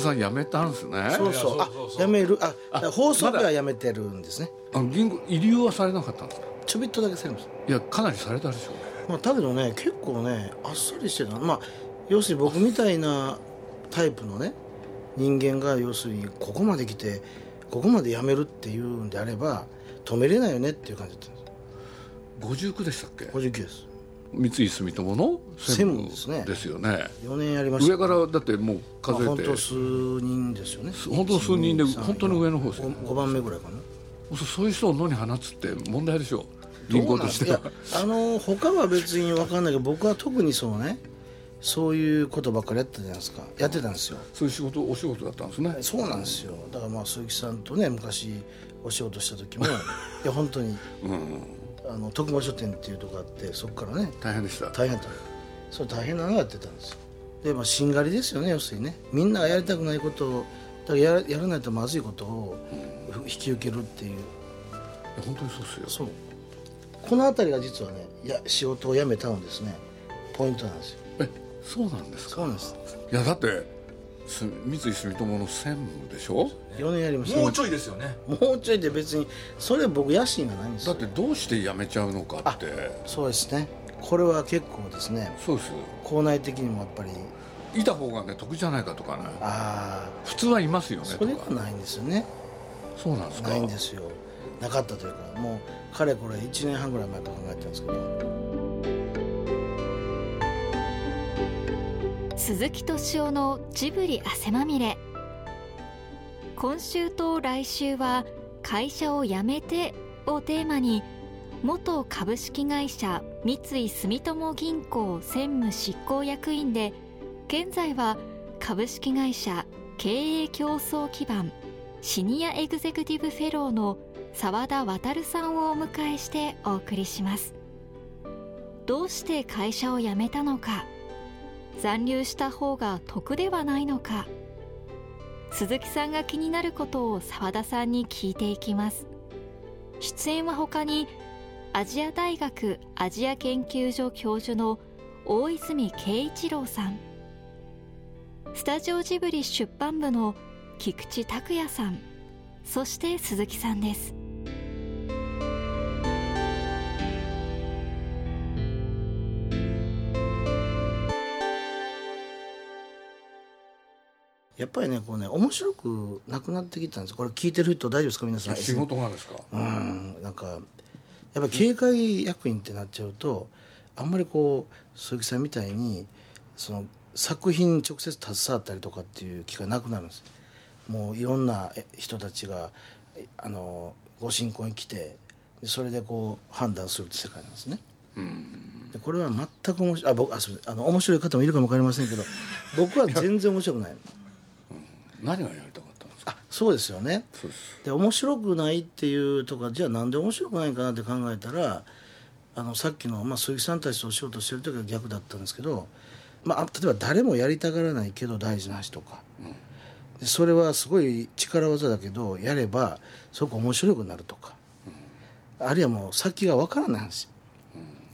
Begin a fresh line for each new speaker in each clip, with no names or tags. さん辞めたんですね
そうそうあやめるあだから放送ではやめてるんですね
あの銀行入りはされなかったんですか
ちょびっとだけされます
いやかなりされたでしょうね
まあ、だけどね結構ねあっさりしてたまあ要するに僕みたいなタイプのね人間が要するにここまで来てここまでやめるっていうんであれば止めれないよねっていう感じだったんです
59でしたっけ
59です
三井住友の
専務ですね
ですよね
4年やりました
上からだってもう
まあ
数え
本
て、
当数人ですよね
本当数人で本当に上の方ですよね
5, 番目ぐらいかな
そそういう人を野に放つって問題でしょう銀行としては
どうなんいやあの他は別に分かんないけど僕は特にそうねそういうことばっかりやってたじゃないですかやってたんですよ
そういう仕事お仕事だったんですね
そうなんですよだからまあ鈴木さんとね昔お仕事した 時もいや本当にあの徳間書店っていうとこあってそこからね
大変でした
大変だったのそれ大変なのやってたんですよでまあしんがりですよね要するにねみんながやりたくないことをだからやらやらないとまずいことを引き受けるっていう
いや本当にそうっすよ
そうこの辺りが実はねいや仕事を辞めたのですねポイントなんですよ
えそうなんですか
そうなんです
いやだってす三井住友の専務でしょ
4年やりました
もうちょいですよね
もうちょいで別にそれ僕野心がないんです
だ
よ
ってどうして辞めちゃうのかって
そうですねこれは結構ですね
そうです
校内的にもやっぱり
いた方がね得じゃないかとかね
ああ
普通はいますよね
そ
と
れ
か
はないんですよね
そうなんですか
ないんですよなかったというかもうかれこれ1年半ぐらい前から考えてたんですけど
鈴木敏夫のジブリ汗まみれ今週と来週は「会社を辞めて」をテーマに元株式会社三井住友銀行専務執行役員で現在は株式会社経営競争基盤シニアエグゼクティブフェローの澤田渉さんをお迎えしてお送りしますどうして会社を辞めたのか残留した方が得ではないのか鈴木さんが気になることを澤田さんに聞いていきます出演は他にアジア大学アジア研究所教授の大泉慶一郎さんスタジオジブリ出版部の菊池拓也さんそして鈴木さんです
やっぱりねこうね面白くなくなってきたんですこれ聞いてる人大丈夫ですか皆さん
仕事がですか
うんなんかやっぱ警戒役員ってなっちゃうとあんまりこう鈴木さんみたいにその作品に直接携わったりとかっていう機会なくなるんですもういろんなえ人たちがえあのご進行に来てでそれでこう判断するって世界なんですね。でこれは全く面白いあ僕あすいませんあの面白い方もいるかも分かりませんけど僕は全然面白くない
何がやりたかったんですか
あそうですよね
そうです
で面白くないっていうとかじゃあなんで面白くないかなって考えたらあのさっきの、まあ、鈴木さんたちとお仕事してる時は逆だったんですけど、まあ、あ例えば誰もやりたがらないけど大事な話とか、でそれはすごい力技だけどやればすごく面白くなるとか、あるいはもう先が分からない話、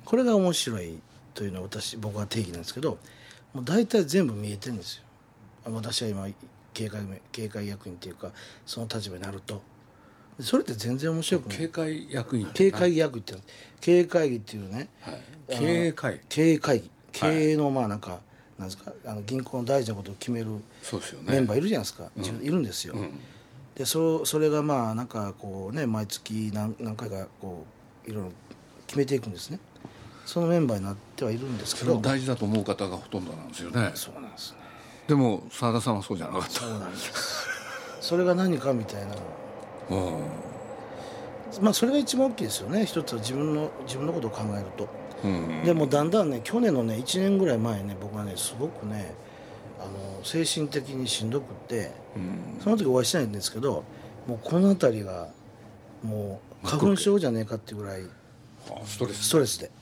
これが面白いというのは私僕は定義なんですけどもう大体全部見えてるんですよ。あ私は今警戒め警戒役員っていうかその立場になるとそれって全然面白くない
警戒役員
経営会議役員っていうの経営会議っていうね
はい経営会
経営会議経営のまあなんか、なんですかあの銀行の大事なことを決める
そうですよね
メンバーいるじゃないですか、自分いるんですよ、でそそれがまあなんかこうね毎月何何回かこういろいろ決めていくんですねそのメンバーになってはいるんですけ
それ
ど
を大事だと思う方がほとんどなんですよね
そうなんですね
でも澤田さんはそうじゃなかった
そうなんですそれが何かみたいな
うん
まあそれが一番大きいですよね一つは自分の自分のことを考えると
うん
でもうだんだんね去年のね1年ぐらい前ね僕はねすごくねあの精神的にしんどくって
うん
その時お会いしてないんですけどもうこの辺りがもう花粉症じゃねえかっていうぐらい
あストレス
ストレスで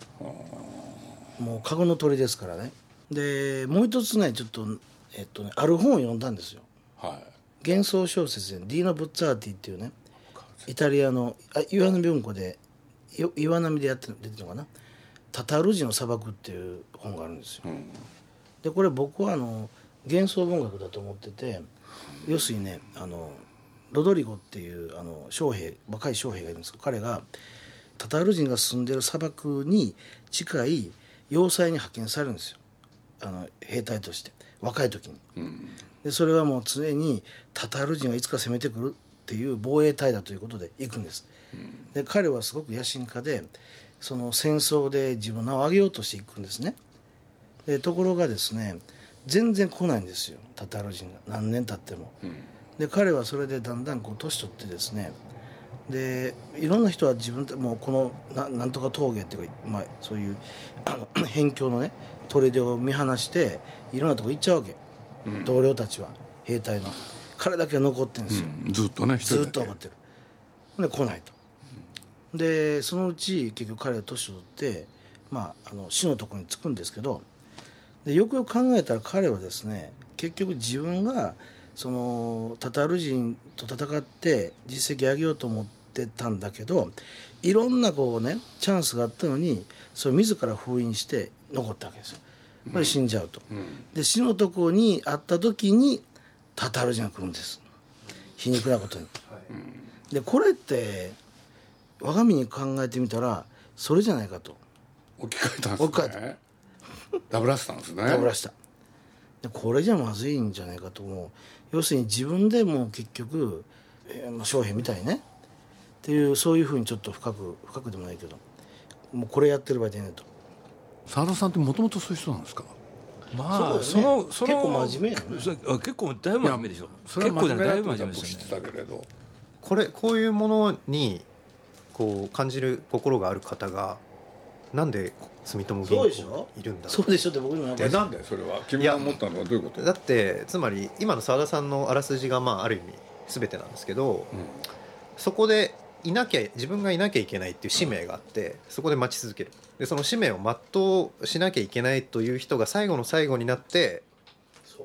もう籠の鳥ですからねでもう一つねちょっとえっとねある本を読んだんですよ
はい
幻想小説でディーノ・ブッツァーティっていうねイタリアのあ岩波文庫でよ岩波でやってる出てるのかな「タタル人の砂漠」っていう本があるんですよ。でこれ僕はあの幻想文学だと思ってて要するにねあのロドリゴっていうあの将兵若い将兵がいるんですけど彼がタタール人が住んでる砂漠に近い要塞に派遣されるんですよあの兵隊として若い時に。
うん
でそれはもう常にタタール人がいつか攻めてくるっていう防衛隊だということで行くんです。で彼はすごく野心家でその戦争で自分の名を上げようとしていくんですね。でところがですね全然来ないんですよタタール人が何年経っても。
うん
で彼はそれでだんだんこう年取ってですねでいろんな人は自分たもうこのななんとか峠っていうか、まあ、そういう あの辺境のね砦を見放していろんなとこ行っちゃうわけ、同僚たちは兵隊の彼だけは残ってるんですよ、
うんずっとね一人だ
ず
け
っと残ってるで来ないと、でそのうち結局彼は年を取って、まあ、あの死のところに着くんですけどでよくよく考えたら彼はですね結局自分がそのタタール人と戦って実績上げようと思ってたんだけどいろんなこうねチャンスがあったのにそれを自ら封印して残ったわけですよ。やっぱり死んじゃうと。で死のとこに会った時にタタール人が来るんです皮肉なことに。でこれって我が身に考えてみたらそれじゃないかと
置き換えたんですね
置き換
ダブらせたんですね
ダブらしたでこれじゃまずいんじゃないかと思う要するに自分でもう結局、えーまあ、商品みたいにねっていうそういうふうにちょっと深く深くでもないけどもうこれやってる場合じゃないと
沢田さんってもともとそういう人なんですか
まあ
そ
そ
だ
う
よね
のその
結構真面目やね
そあ結構だいぶ真面目でしょ
それ
結
は
構じゃないだ
真
いぶ
面
真面
目だ
目で
と知っ
す
て
よね
たけれど
これこういうものにこう感じる心がある方がなんで住友銀
そうでし
行
ょ
にいるんだ
そうでしょって僕にもなんか
えなんでそれは君が思ったのはどういうこと
だってつまり今の澤田さんのあらすじがまあある意味全てなんですけど、
うん
そこでいなきゃ自分がいなきゃいけないっていう使命があってそこで待ち続けるでその使命を全うしなきゃいけないという人が最後の最後になって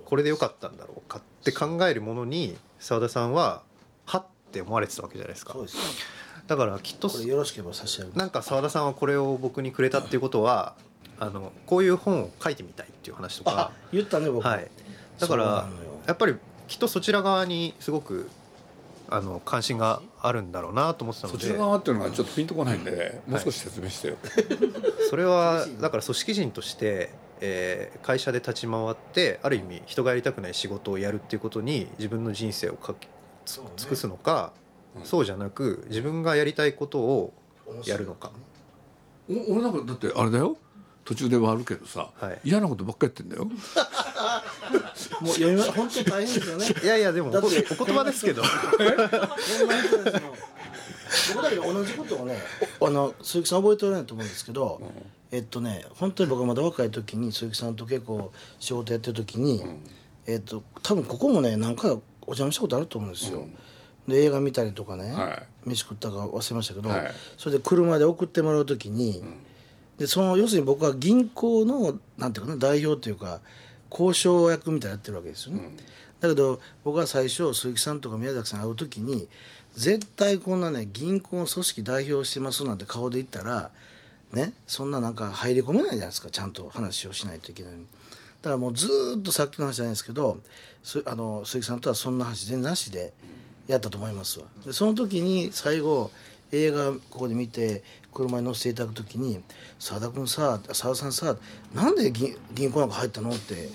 これでよかったんだろうかって考えるものに澤田さんははって思われてたわけじゃないですか
そうですよ
だからきっと
これよろしければ差し上げます
なんか澤田さんはこれを僕にくれたっていうことはあのこういう本を書いてみたいっていう話と
あ
か、
言ったね僕、
はい、だから
そうなのよ
やっぱりきっとそちら側にすごくあの関心があるんだろうなと思ってたの
そ
で
ちら側っていうのはちょっとピンとこないんでもう少し説明してよ
それはだから組織人として、えー会社で立ち回ってある意味人がやりたくない仕事をやるっていうことに自分の人生をかけつ
そうね
尽くすのか、
うん
そうじゃなく自分がやりたいことをやるのか、
お俺なんかだってあれだよ途中で割るけどさ、
はい
嫌なことばっかり言ってんだよ
もう読みま本当に大変ですよね
いやいやでもお
だって
お言葉で すけど
ほんまにそうですよ僕だけど同じことをねあの鈴木さん覚えておられないと思うんですけど、えっとね本当に僕がまだ若い時に鈴木さんと結構仕事やってる時に、えっと多分ここもね何回かお邪魔したことあると思うんですよ、で映画見たりとかね、
は
飯食ったか忘れましたけど、
はい
それで車で送ってもらう時に、でその要するに僕は銀行のなんていうかな代表というか交渉役みたいなのやってるわけですよね、だけど僕は最初鈴木さんとか宮崎さん会う時に絶対こんなね銀行の組織代表してますなんて顔で言ったらねそんななんか入り込めないじゃないですかちゃんと話をしないといけないのにだからもうずーっとさっきの話じゃないですけどすあの鈴木さんとはそんな話全然なしでやったと思いますわでその時に最後映画ここで見て車に乗せていただく時に「澤田君さ澤田さんさなんで銀銀行なんか入ったの?」ってって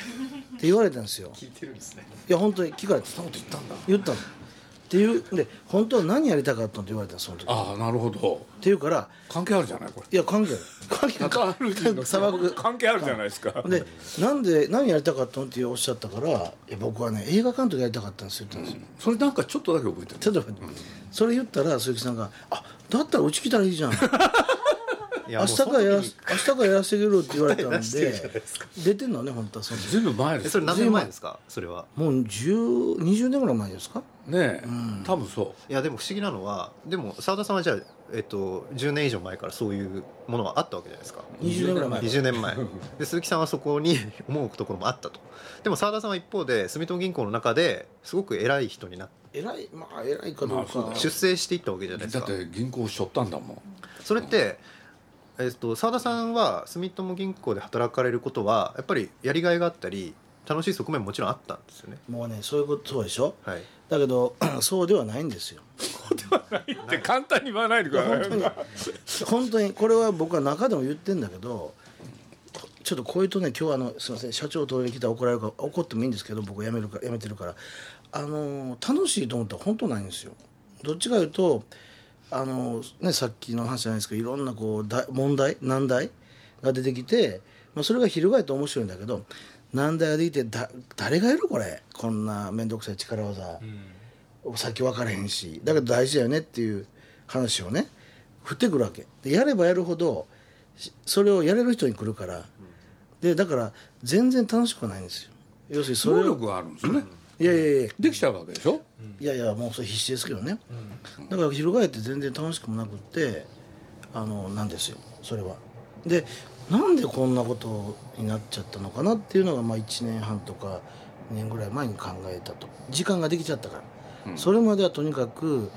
言われたんですよ
聞いてるんですね
いや本当に聞かれてそんなこと言ったんだ言ったのっていうで本当は何やりたかったのって言われたのその時っ
ああなるほど
ていうから
関係あるじゃないこれ
いや関係ない関係ない
関係あるじゃない
砂漠
関係あるじゃないですか
でなんで何やりたかったのっておっしゃったからいや僕はね映画監督やりたかったんですよ言ったんですよ、
それなんかちょっとだけ覚えてる
ちょっと待ってそれ言ったら鈴木さんが「あだったらうち来たらいいじゃん」明日からやらせ明
いやもうその時に
日からやらせてくれろって言われ たんで
答え出してるじゃないです
出てんのね本当はその時
全部前で
え
す
それ
ね
何年前ですかそれは
もう10 20年ぐらい前ですか
え、多分そ
いやでも不思議なのはでも澤田さんはじゃあ、えっと、10年以上前からそういうものはあったわけじゃないですか
20年ぐらい前
20年前で鈴木さんはそこに 思うところもあったとでも澤田さんは一方で住友銀行の中ですごく偉い人になっ
偉いまあ偉いかどうか、
まあそうだ
出
よ
世していったわけじゃ
う
ないです
だっ
か
て銀行をしょったんだもん
それってえっと澤田さんは住友銀行で働かれることはやっぱりやりがいがあったり楽しい側面ももちろんあったんですよね。
もうねそういうことそうでしょ
はい、
だけど そうではないんですよ
って簡単に言わないでください
本当に本当にこれは僕は中でも言ってんだけどちょっとこういうとね今日あのすいません社長とに来たら怒られるから怒ってもいいんですけど僕辞めるか辞めてるからあの楽しいと思ったら本当ないんですよどっちかいうとあの、ね、さっきの話じゃないですけどいろんなこうだ問題難題が出てきて、まあ、それが翻って面白いんだけど難題ができてだ誰がやるこれこんな面倒くさい力技。先分からへんしだけど大事だよねっていう話をね振ってくるわけでやればやるほどしそれをやれる人に来るからでだから全然楽しくはないんですよ要するにそ
能
れを
力があるんですよね
いやいやいや
できちゃうわけでしょ
いやいやもうそれ必死ですけどね、だから翻って全然楽しくもなくってあのなんですよそれはでなんでこんなことになっちゃったのかなっていうのが、まあ、1年半とか2年ぐらい前に考えたと時間ができちゃったから、それまではとにかく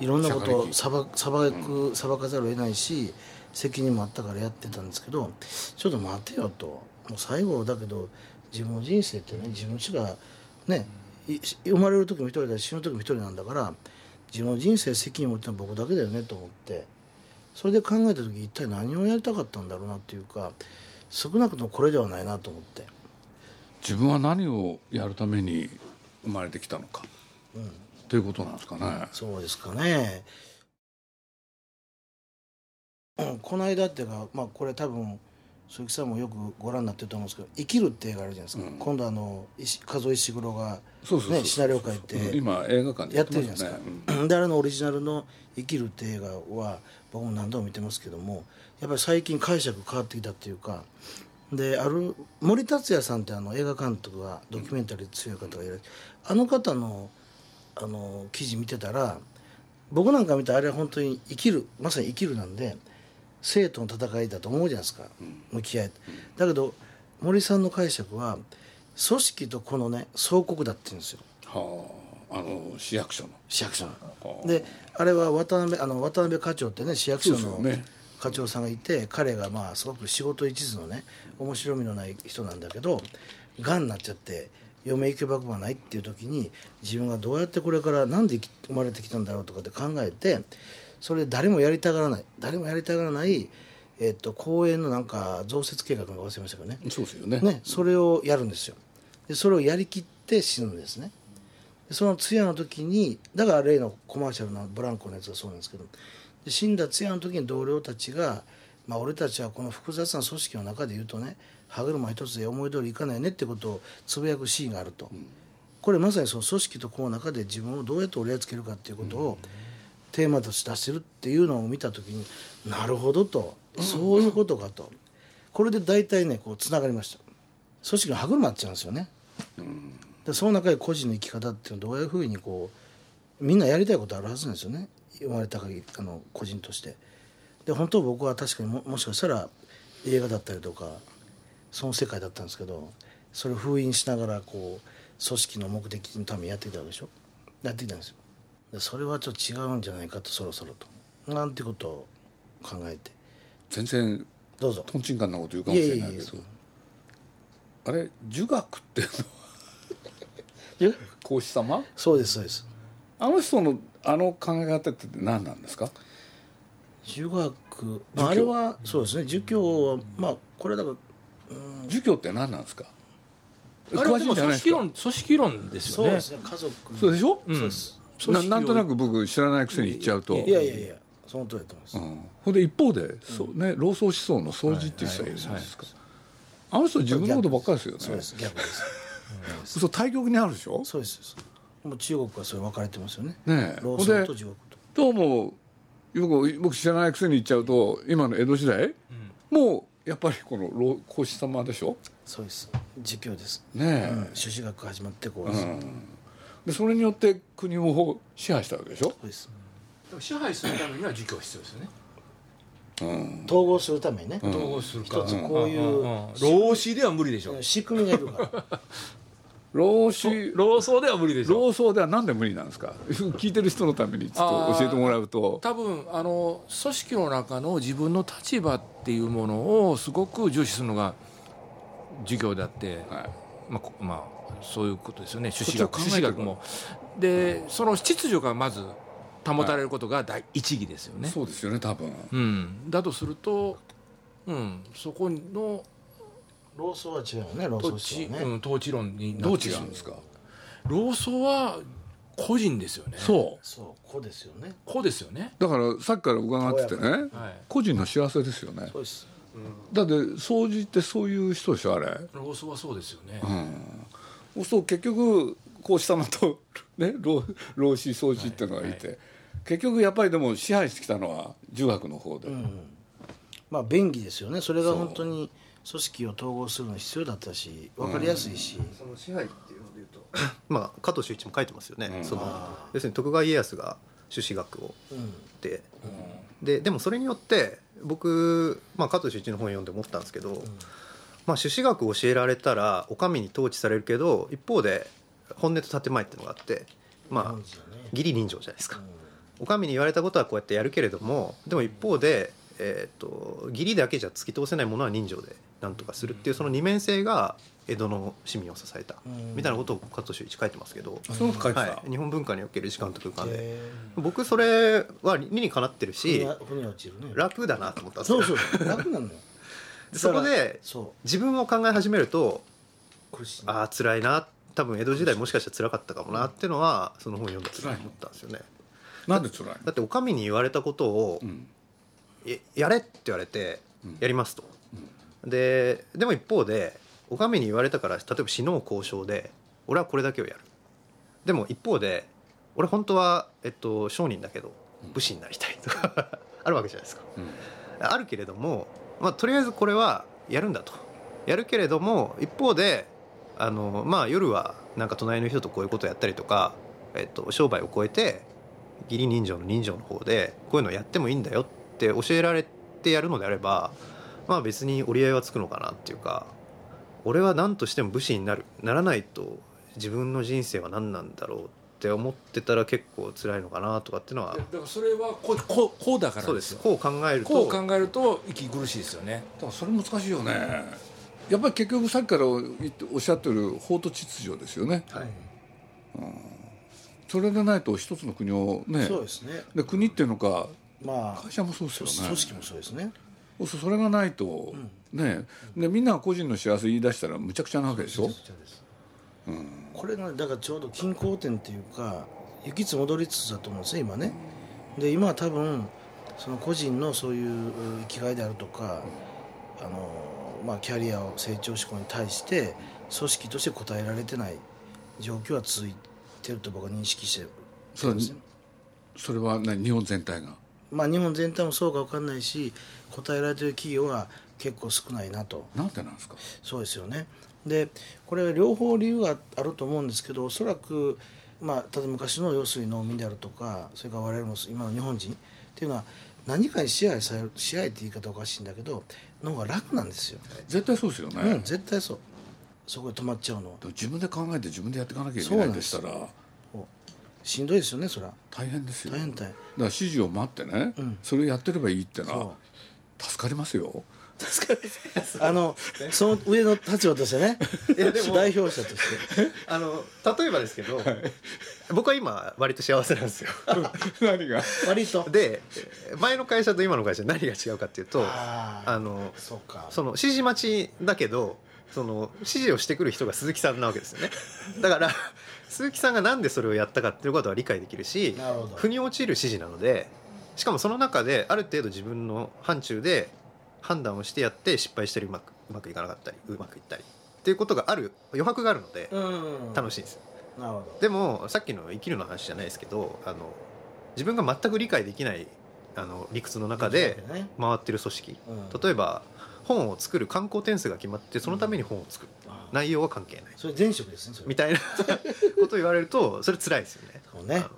いろんなことを裁ば裁く裁かざるを得ないし責任もあったからやってたんですけどちょっと待てよともう最後だけど自分の人生ってね自分しかねい生まれる時も一人だし死ぬ時も一人なんだから自分の人生責任を負ってのは僕だけだよねと思ってそれで考えた時一体何をやりたかったんだろうなっていうか少なくともこれではないなと思って
自分は何をやるために生まれてきたのか、ということなんですかね
そうですかね。うんこの間っていうか、まあ、これ多分鈴木さんもよくご覧になってると思うんですけど「生きる」って映画あるじゃないですか、今度あの石和夫石黒が、
そうそうそう
ね、シナリオ書いて
うん今映画館で
やってるじゃないですか
やってますね、
であれのオリジナルの「生きる」って映画は僕も何度も見てますけどもやっぱり最近解釈変わってきたっていうかである森達也さんってあの映画監督がドキュメンタリー強い方がいる、あの方のあの記事見てたら僕なんか見たらあれは本当に生きるまさに生きるなんで生との戦いだと思うじゃないですか向き合いだけど森さんの解釈は組織とこのね相国だって言うんですよ
うんはああの市役所の
市役所のであれは渡辺あの渡辺課長ってね市役所
そう
の
ですよね
課長さんがいて、彼がまあすごく仕事一途のね面白みのない人なんだけどがんになっちゃって嫁行けばくはないっていう時に自分がどうやってこれからなんで生き生まれてきたんだろうとかって考えてそれで誰もやりたがらない誰もやりたがらない、えっと公園のなんか増設計画の忘れましたけどね
そうですよね
ね、それをやるんですよでそれをやりきって死ぬんですねでその通夜の時にだから例のコマーシャルのブランコのやつがそうなんですけどで死んだ通夜の時に同僚たちが、まあ、俺たちはこの複雑な組織の中で言うとね歯車一つで思い通りいかないねってことをつぶやくシーンがあると、これまさにその組織とこの中で自分をどうやって折り合いつけるかっていうことをテーマとして出してるっていうのを見た時になるほどとそういうことかとこれで大体ねこうつながりました。組織の歯車になっちゃうんですよね。でその中で個人の生き方っていうのをどういうふうにこうみんなやりたいことあるはずなんですよね生まれた限りあの個人として。で本当僕は確かにももしかしたら映画だったりとかその世界だったんですけどそれを封印しながらこう組織の目的のためにやってきたわけでしょやってきたんですよ。でそれはちょっと違うんじゃないかとそろそろとなんてことを考えて
全然
どうぞ。
とんちんかんなこと言うかもしれない
いえいえい
け
え
どあれ儒学っていうのは
え
孔子様
そうですそうです。
あの人のあの考え方って何なんですか
儒学、まあ、あれはそうですね儒教はまあこれだから
儒教って何なんですか
あれ
詳
はで
しいん
も
じゃないですか
組織論組織論です
そ
よ
う
ね
ですね家族
そうでしょ、
うん
ななんとなく僕知らないくせに言っちゃうと
いやいやいやその通りだと思います、
うんほんで一方で、そうね老荘思想の掃除っていう人がいるじゃないですか、あの人自分のことばっかりですよね
そうです逆です
そう対極にあるでしょ
そうですもう中国はそれ分かれてますよね
ねえ
ロ
ほ
ー
ん
ソン
で
と中国と
どうも僕僕知らないくせに言っちゃうと今の江戸時代、もうやっぱりこの老孔子様でしょ
そうです儒教です、
ねえ、
うん、朱子学始まってこうです、
うんでそれによって国を支配したわけでしょ
そうです
でも支配するためには儒教必要ですよね
統合するためにね、
統合するか
一つこうい
ん
う、
んん老子では無理でしょ
仕組みがいるから
老子
老僧では無理でしょ
老僧ではなんで無理なんですか 聞いてる人のためにちょっと教えてもらうと
多分あの組織の中の自分の立場っていうものをすごく重視するのが儒教であって
はい
まあこ、まあ、そういうことですよね朱子
そっちを
学
考え
朱
て
子学もでその秩序がまず保たれることが第一義ですよね、
そうですよね多分
うん、だとすると、うん、そこの
老僧は違うよね老
統
僧師
治,、
はね、
うん、統治論にな
どう
ってし
違
ま
うんですか
老僧は個人ですよね
そう
そうこうですよね
個ですよね
だからさっきから伺っててね
はい
個人の幸せですよね
そうです
だって掃除ってそういう人でしょあれ
老僧はそうですよね、
うん、そう結局孔子様と、ね、老老子宗子っていうのがいて、結局やっぱりでも支配してきたのは儒学の方で、
まあ便宜ですよねそれが本当に組織を統合するのに必要だったし分かりやすいし、
その支配っていうので言うとまあ加藤周一も書いてますよね、
うん
その要するに徳川家康が朱子学を
うん
って、ででもそれによって僕、まあ、加藤周一の本読んで思ったんですけど、まあ、朱子学を教えられたらお上に統治されるけど一方で本音と建前っていうのがあってま
そうで
あ
すよね
義理人情じゃないですか。お上に言われたことはこうやってやるけれどもでも一方で、えー、と義理だけじゃ突き通せないものは人情でなんとかするっていうその二面性が江戸の市民を支えた
うん
みたいなことを加藤周一書いてますけど、
そういうこと書いてた、
はい、日本文化における時間と空間で
へ
僕それは理にかなってる
え
し
腑に腑に落ちるね
楽だなと思ったんです
そ
よ
うそう楽なのよ
でそこ
だから
で
そ
自分を考え始めると
う苦しい
ああ辛いな多分江戸時代もしかしたら辛かったかもなっていうのはその本読んだ時に思ったんですよね
なんでつらい
だってお上に言われたことを
の、うん
ややれって言われて
うん
やりますと、ででも一方でお上に言われたから例えば死のう交渉で俺はこれだけをやるでも一方で俺本当は、えっと、商人だけど武士になりたいとかあるわけじゃないですか
うん
あるけれども、まあ、とりあえずこれはやるんだとやるけれども一方であの、まあ、夜はなんか隣の人とこういうことやったりとか、えっと、商売を超えて義理人情の人情の方でこういうのやってもいいんだよって教えられてやるのであれば、まあ、別に折り合いはつくのかなっていうか俺は何としても武士になるならないと自分の人生は何なんだろうって思ってたら結構辛いのかなとかっていうのは
でだからそれはこうこうこうだから
そう
で
ですす
よ
こう考えると
こう考えると息苦しいですよね
だからそれ難しいよねやっぱり結局さっきから言っておっしゃってる法と秩序ですよね
はい
それでないと一つの国をね
そうですね
で国っていうのか
まあ
会社もそうですよ
組
ね
織もそうですね
そうそれがないと、ねでみんなが個人の幸せ言い出したらむちゃくちゃなわけでしょ
これがだからちょうど均衡点っていうか行きつ戻りつつだと思うんですね今ねで今は多分その個人のそういうう生きがいであるとか、あのまあ、キャリアを成長志向に対して組織として応えられてない状況は続いてると僕は認識してる
それ
ですね
それは、ね、日本全体が
まあ日本全体もそうか分かんないし応えられてる企業は結構少ないなと
なんてなんですか
そうですよね。でこれは両方理由があると思うんですけどおそらく、まあ、ただ昔の要するに農民であるとかそれから我々も今の日本人っていうのは何かに支配される支配って言い方おかしいんだけどの方が楽なんですよ。
絶対そうですよ
うん、
ね、
絶対そうそこで止まっちゃうのは
自分で考えて自分でやっていかなきゃいけ
そう
な
ないん
で
で
し
す
たら
しんどいですよねそら
大変ですよ
大変大
だ
変
から指示を待ってね、
うん
それをやってればいいってのは
そ
助かります よ
うあのその上の立場としてね
いやでも
代表者として
あの例えばですけど、僕は今割と幸せなんですよ
何が
割と
で前の会社と今の会社何が違うかっていうと
あー
あの
そうか
その指示待ちだけどその指示をしてくる人が鈴木さんなわけですよねだから鈴木さんがなんでそれをやったかっていうことは理解できるし
なるほど
腑に落ちる指示なのでしかもその中である程度自分の範疇で判断をしてやって失敗したりうまくうまくいかなかったりうまくいったりっていうことがある余白があるので
うん
楽
し
しいんですよ
いなるほど
でもさっきの生きるの話じゃないですけどあの自分が全く理解できないあの理屈の中で
ね
回ってる組織
うん
例えば本を作る観光点数が決まってそのために本を作る
あ
内容は関係ない
それ前職ですねそれ
みたいな こと言われるとそれ辛いですよね
そう
あ
ね
の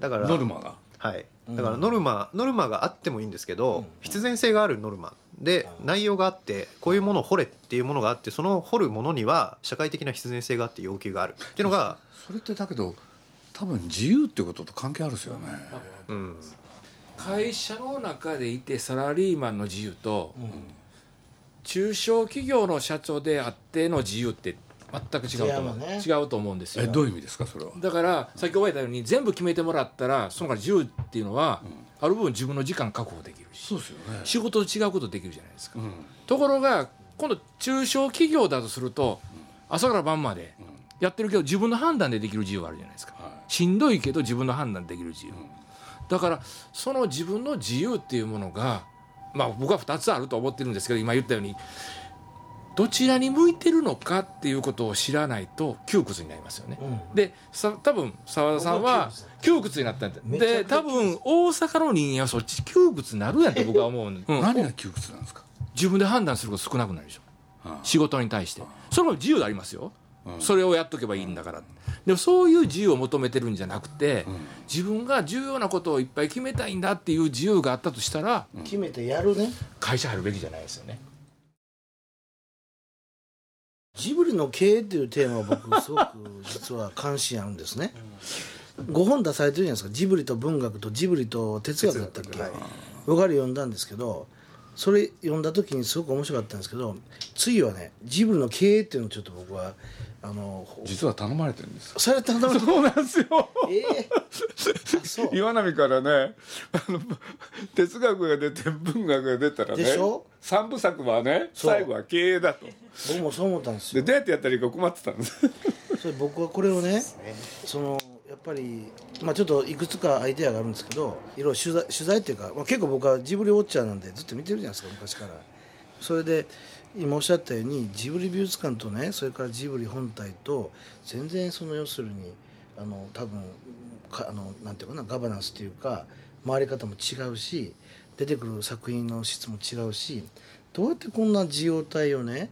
だから
ノルマが
はい
うん
だからノルマノルマがあってもいいんですけ
う
ど
ん
必然性があるノルマで
うん
内容があってこういうものを掘れっていうものがあってその掘るものには社会的な必然性があって要求があるっていうのが
それってだけど多分自由ってことと関係あるんですよね
うん
会社の中でいてサラリーマンの自由と
うん
中小企業の社長であっての自由って全く違うと思う、
違うわね
違うと思うんです
え
よ
どういう意味ですかそれは
だから先ほど言ったように全部決めてもらったらそのから自由っていうのは、ある分自分の時間確保できるし
そうですよね
仕事と違うことできるじゃないですか、
ん
ところが今度中小企業だとすると朝から晩までやってるけど自分の判断でできる自由はあるじゃないですか、
は
しんどいけど自分の判断できる自由、だからその自分の自由っていうものがまあ僕は2つあると思ってるんですけど今言ったようにどちらに向いてるのかっていうことを知らないと窮屈になりますよね、
うん
でさ多分澤田さんは窮屈になったんだ
めちゃ
で
くちゃ
多分大阪の人間はそっち窮屈になるやんと僕は思う、うん
何が窮屈なんですか
自分で判断すること少なくなるでしょ
ああ
仕事に対してそれも自由でありますよ、それをやっとけばいいんだから、でもそういう自由を求めてるんじゃなくて、自分が重要なことをいっぱい決めたいんだっていう自由があったとしたら
決めてやるね
会社入るべきじゃないですよね
ジブリの経営っていうテーマを 僕すごく実は関心あるんですね5本出されてるじゃないですかジブリと文学とジブリと哲学だったっけ、
哲学はい
僕あれ読んだんですけどそれ読んだ時にすごく面白かったんですけど次はねジブリの経営っていうのをちょっと僕はあの
実は頼まれてるんです
それ頼む
そうなんですよ
ええあ そう
岩波からねあの哲学が出て文学が出たらね
でしょ
三部作はね
そう
最後は経営だと
僕もそう思ったんです
で
よ
どうやってやったらいいか困ってたんです
それ僕はこれをねそのやっぱり、まあ、ちょっといくつかアイデアがあるんですけどいろいろ取材取材っていうか、まあ、結構僕はジブリウォッチャーなんでずっと見てるじゃないですか昔からそれで今おっしゃったようにジブリ美術館とねそれからジブリ本体と全然その要するにあの多分かあのなんていうかなガバナンスっていうか回り方も違うし出てくる作品の質も違うしどうやってこんな事業体をね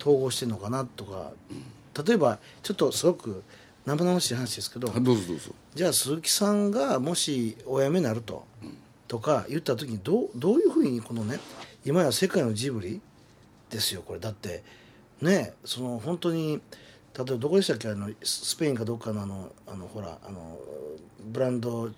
統合してるのかなとか例えばちょっとすごく生々しい話ですけど
どうぞどうぞ
じゃあ鈴木さんがもしお辞めになると、とか言った時にどうどういうふうにこのね今や世界のジブリですよこれだってねその本当に例えばどこでしたっけあのススペインかどっかのあのあのほらあのブランド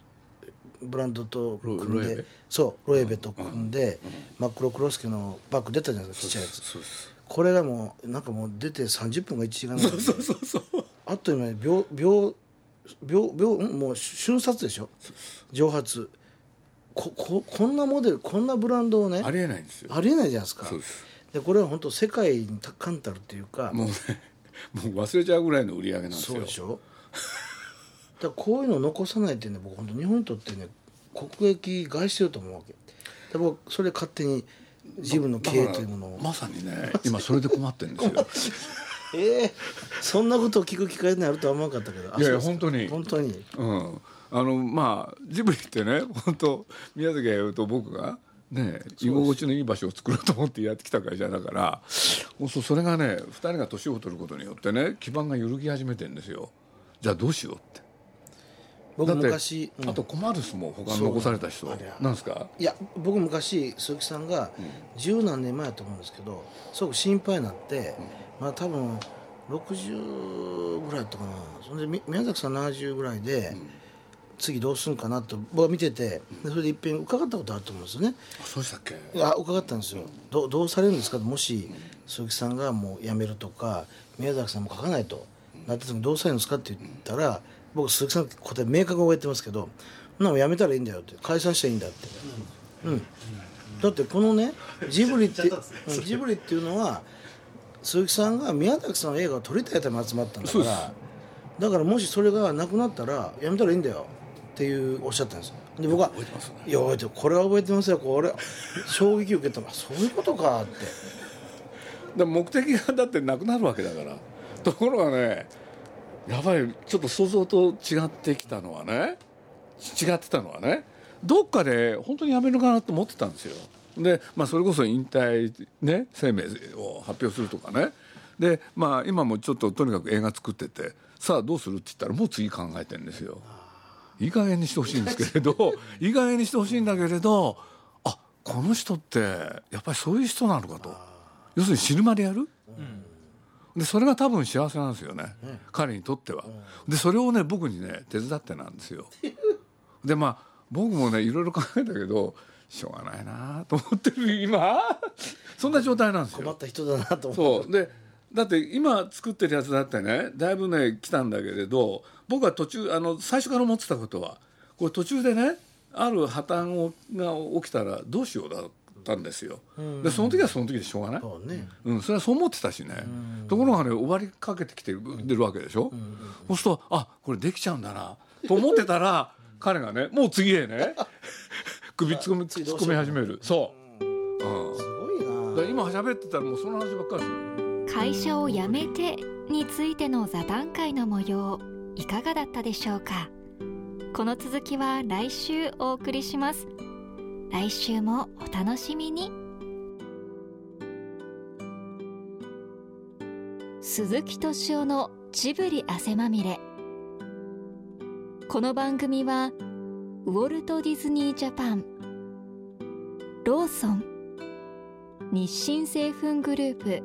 ブランドと組ん
ロロエ
で
ベ
そうロエベと組んで、真っ黒クロスケのバッグ出たじゃないですかちっちゃいやつ
そうです
これがもうなんかもう出て30分が1時間ぐらい
そうそうそうそう
あっという間に秒秒秒秒んもう瞬殺でしょ蒸発こここんなモデルこんなブランドをね
ありえないんですよ
ありえないじゃないですか
そうです
でこれは本当世界に冠たるっていうか
もうねもう忘れちゃうぐらいの売り上げなんです
そう
よ
でしょだからこういうのを残さないってね僕本当日本にとってね国益害してると思うわけで僕それ勝手に自分の経営というものを、
まさにね今それで困ってるんですよ
ええそんなことを聞く機会になるとは思わなかったけどあ
いやいや
そうですか
本当に
本当に
うん、あのまあジブリってね 本当宮崎駿と僕がね居心地のいい場所を作ろうと思ってやってきた会社だからそうそうそれがね2人が年を取ることによってね基盤が揺るぎ始めてんですよじゃあどうしようって
僕
って
昔うん
あとコマルスも他に残された人
そうだよ
なんですか
いや僕昔鈴木さんが十何年前だと思うんですけどすごく心配になって、まあ多分60ぐらいだったかなそれでみ宮崎さん70ぐらいで、次どうするんかなと僕は見ててでそれでいっぺん伺ったことあると思うんですよね
あそうでしたっけ
あ伺ったんですよどうどうされるんですかともし鈴木さんがもう辞めるとか宮崎さんも書かないとなった時にどうされるんですかって言ったら僕鈴木さんの答え明確に覚えてますけど「そんなもん辞めたらいいんだよ」って解散したらいいんだって。うん、だってこのねジブリ って、うんジブリっていうのは鈴木さんが宮崎さんの映画を撮りたいために集まったんだか
そうで
らだからもしそれがなくなったらやめたらいいんだよっていうおっしゃったんですよで僕は
覚えてますね
いや覚えてるこれは覚えてますよこれ衝撃受けたのあそういうことかって
で目的がだってなくなるわけだからところがねやばいちょっと想像と違ってきたのはね違ってたのはねどっかで本当にやめるかなと思ってたんですよで、まあ、それこそ引退、ね、声明を発表するとかねで、まあ、今もちょっととにかく映画作っててさあどうするって言ったらもう次考えてるんですよ。いい加減にしてほしいんですけれどいい加減にしてほしいんだけれどあこの人ってやっぱりそういう人なのかと要するに死ぬまでやる、でそれが多分幸せなんですよね、彼にとっては、でそれをね僕にね手伝ってなんですよでまあ僕もねいろいろ考えたけどしょうがないなと思ってる今そんな状態なんです
困
よ
った人だなと思って
そうでだって今作ってるやつだってねだいぶね来たんだけれど僕は途中あの最初から思ってたことはこれ途中でねある破綻をが起きたらどうしようだったんですよ。でその時はその時でしょうがない。
そうね
うん、それはそう思ってたしね、ところがね終わりかけてきてる,、出るわけでしょ、そうするとあこれできちゃうんだなと思ってたら彼がねもう次へ ね首突っ込み突っ込み始めるそう、うん、だ
すごいな
から今喋ってたらもうその話ばっかりですよ
会社を辞めてについての座談会の模様いかがだったでしょうかこの続きは来週お送りします来週もお楽しみに鈴木敏夫のジブリ汗まみれこの番組はウォルト・ディズニー・ジャパンローソン日清製粉グループ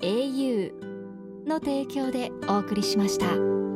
au の提供でお送りしました。